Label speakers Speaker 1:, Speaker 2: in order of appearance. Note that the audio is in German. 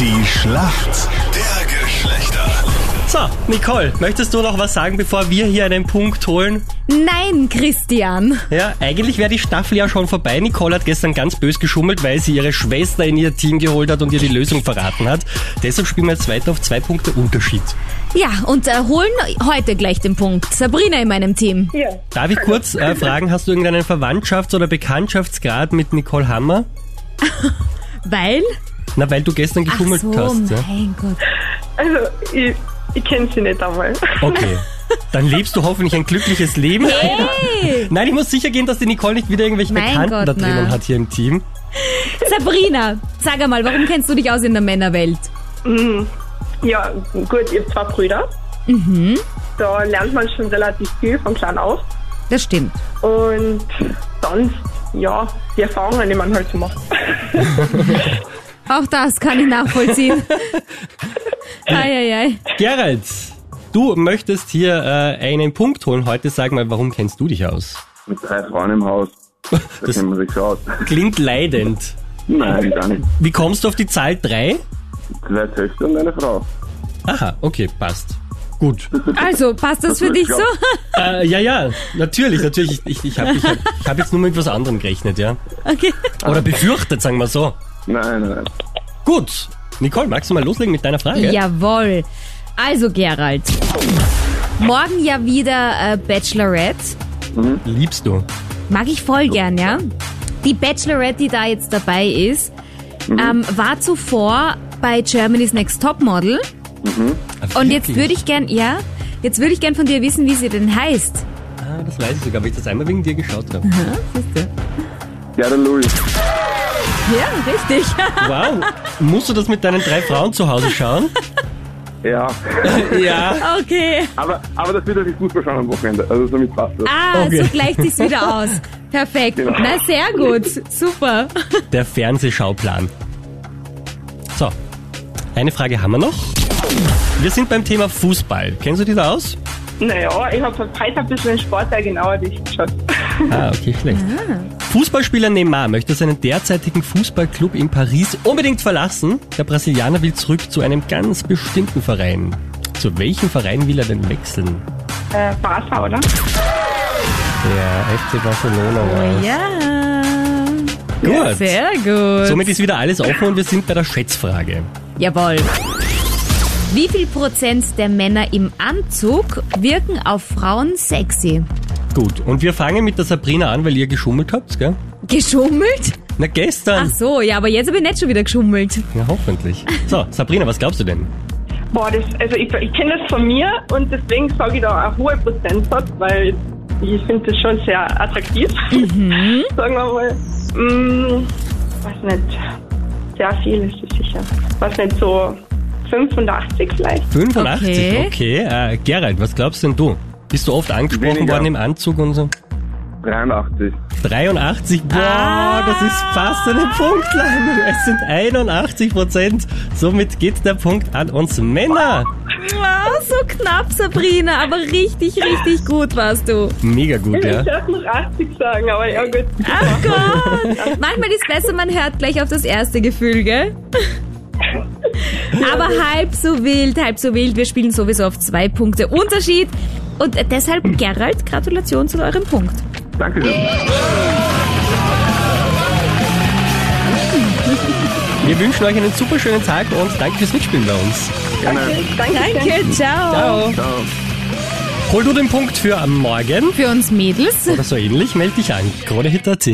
Speaker 1: Die Schlacht der Geschlechter.
Speaker 2: So, Nicole, möchtest du noch was sagen, bevor wir hier einen Punkt holen?
Speaker 3: Nein, Christian.
Speaker 2: Ja, eigentlich wäre die Staffel ja schon vorbei. Nicole hat gestern ganz bös geschummelt, weil sie ihre Schwester in ihr Team geholt hat und ihr die Lösung verraten hat. Deshalb spielen wir jetzt weiter auf zwei Punkte Unterschied.
Speaker 3: Ja, und äh, holen heute gleich den Punkt. Sabrina in meinem Team.
Speaker 4: Ja.
Speaker 2: Darf ich kurz äh, fragen, hast du irgendeinen Verwandtschafts- oder Bekanntschaftsgrad mit Nicole Hammer?
Speaker 3: Weil?
Speaker 2: Na, weil du gestern
Speaker 3: Ach
Speaker 2: geschummelt
Speaker 3: so,
Speaker 2: hast. Ja?
Speaker 3: mein Gott.
Speaker 4: Also, ich, ich kenne sie nicht einmal.
Speaker 2: Okay. Dann lebst du hoffentlich ein glückliches Leben.
Speaker 3: Hey,
Speaker 2: Nein, ich muss sicher gehen, dass die Nicole nicht wieder irgendwelche
Speaker 3: Mein
Speaker 2: Bekannten
Speaker 3: Gott,
Speaker 2: da drinnen
Speaker 3: na.
Speaker 2: hat hier im Team.
Speaker 3: Sabrina, sag einmal, warum kennst du dich aus in der Männerwelt?
Speaker 4: Ja, gut, ich habe zwei Brüder. Da lernt man schon relativ viel von klein auf.
Speaker 3: Das stimmt.
Speaker 4: Und sonst, ja, die Erfahrungen, die man halt so macht.
Speaker 3: Auch das kann ich nachvollziehen. Eieiei.
Speaker 2: Gerald, du möchtest hier äh, einen Punkt holen heute. Sag mal, warum kennst du dich aus?
Speaker 5: mit drei Frauen im Haus. Da
Speaker 2: Das-
Speaker 5: kennen wir sich aus.
Speaker 2: Klingt leidend.
Speaker 5: Nein, gar nicht.
Speaker 2: Wie kommst du auf die Zahl 3?
Speaker 5: Zwei Töchter und eine Frau.
Speaker 2: Aha, okay, passt. Gut.
Speaker 3: Also, passt das für dich so?
Speaker 2: Äh, ja, ja, natürlich, natürlich. Ich, ich habe ich hab, ich hab jetzt nur mit was anderem gerechnet, ja.
Speaker 3: Okay.
Speaker 2: Oder befürchtet, sagen wir so.
Speaker 5: Nein, nein, nein.
Speaker 2: Gut. Nicole, magst du mal loslegen mit deiner Frage?
Speaker 3: Jawohl. Also, Gerald. Morgen ja wieder äh, Bachelorette.
Speaker 2: Liebst du?
Speaker 3: Mag ich voll gern, ja. Die Bachelorette, die da jetzt dabei ist,
Speaker 2: Mhm.
Speaker 3: ähm, war zuvor bei Germany's Next Topmodel.
Speaker 2: Ah,
Speaker 3: Und jetzt würde ich gern, ja, jetzt würde ich gern von dir wissen, wie sie denn heißt.
Speaker 2: Ah, das weiß ich sogar, weil ich das einmal wegen dir geschaut habe.
Speaker 5: Gerda Louis.
Speaker 3: Ja, richtig.
Speaker 2: Wow. Musst du das mit deinen drei Frauen zu Hause schauen?
Speaker 5: Ja.
Speaker 2: ja.
Speaker 3: Okay.
Speaker 5: Aber, aber das wird ja nicht Fußball schauen am Wochenende. Also somit passt das.
Speaker 3: Ah,
Speaker 2: Okay.
Speaker 3: so gleicht sich's wieder aus. Perfekt.
Speaker 5: Genau.
Speaker 3: Na, sehr gut. Super.
Speaker 2: Der Fernsehschauplan. So, eine Frage haben wir noch. Wir sind beim Thema Fußball. Kennst du dich da aus?
Speaker 4: Naja, ich habe heute ein bisschen den Sport da genauer durchgeschaut.
Speaker 2: Ah, okay, schlecht. Fußballspieler Neymar möchte seinen derzeitigen Fußballclub in Paris unbedingt verlassen. Der Brasilianer will zurück zu einem ganz bestimmten Verein. Zu welchem Verein will er denn wechseln?
Speaker 4: Äh, Barca, oder?
Speaker 2: Der FC Barcelona. war's.
Speaker 3: Ja.
Speaker 2: Äh. Gut.
Speaker 3: Sehr gut.
Speaker 2: Somit ist wieder alles offen und wir sind bei der Schätzfrage.
Speaker 3: Jawohl. Wie viel Prozent der Männer im Anzug wirken auf Frauen sexy?
Speaker 2: Gut, und wir fangen mit der Sabrina an, weil ihr geschummelt habt, gell?
Speaker 3: Geschummelt?
Speaker 2: Na,
Speaker 3: Ach
Speaker 2: gestern.
Speaker 3: so, ja, aber jetzt habe ich nicht schon wieder geschummelt.
Speaker 2: Ja, hoffentlich. So, Sabrina, was glaubst du denn?
Speaker 4: Boah, das, also ich, ich kenne das von mir und deswegen sage ich da einen hohen Prozentsatz, weil ich finde das schon sehr attraktiv. Sagen wir mal, mm, weiß nicht, sehr viel ist es sicher. Weiß nicht, so 85 vielleicht.
Speaker 2: 85, okay.
Speaker 3: Okay.
Speaker 2: Äh, Gerald, was glaubst denn du? Bist du oft angesprochen
Speaker 5: Weniger.
Speaker 2: worden im Anzug und so?
Speaker 5: 83.
Speaker 2: 83, boah,
Speaker 3: Ah.
Speaker 2: das ist fast eine Punktlandung. Es sind 81 Prozent. Somit geht der Punkt an uns Männer.
Speaker 3: Ah, so knapp, Sabrina, aber richtig, richtig gut warst du.
Speaker 2: Mega gut, ja.
Speaker 4: Ich darf noch 80 sagen, aber ja gut.
Speaker 3: Ach Gott. Manchmal ist besser, man hört gleich auf das erste Gefühl, gell? Aber halb so wild, halb so wild. Wir spielen sowieso auf zwei Punkte Unterschied. Und deshalb, Gerald, Gratulation zu eurem Punkt.
Speaker 5: Dankeschön.
Speaker 2: Wir wünschen euch einen super schönen Tag und danke fürs Mitspielen bei uns.
Speaker 5: Gerne.
Speaker 4: Danke.
Speaker 3: Danke, ciao.
Speaker 2: Ciao.
Speaker 5: Ciao.
Speaker 2: Hol du den Punkt für am Morgen
Speaker 3: Für uns Mädels.
Speaker 2: oder so ähnlich, melde dich an. Kronehit.at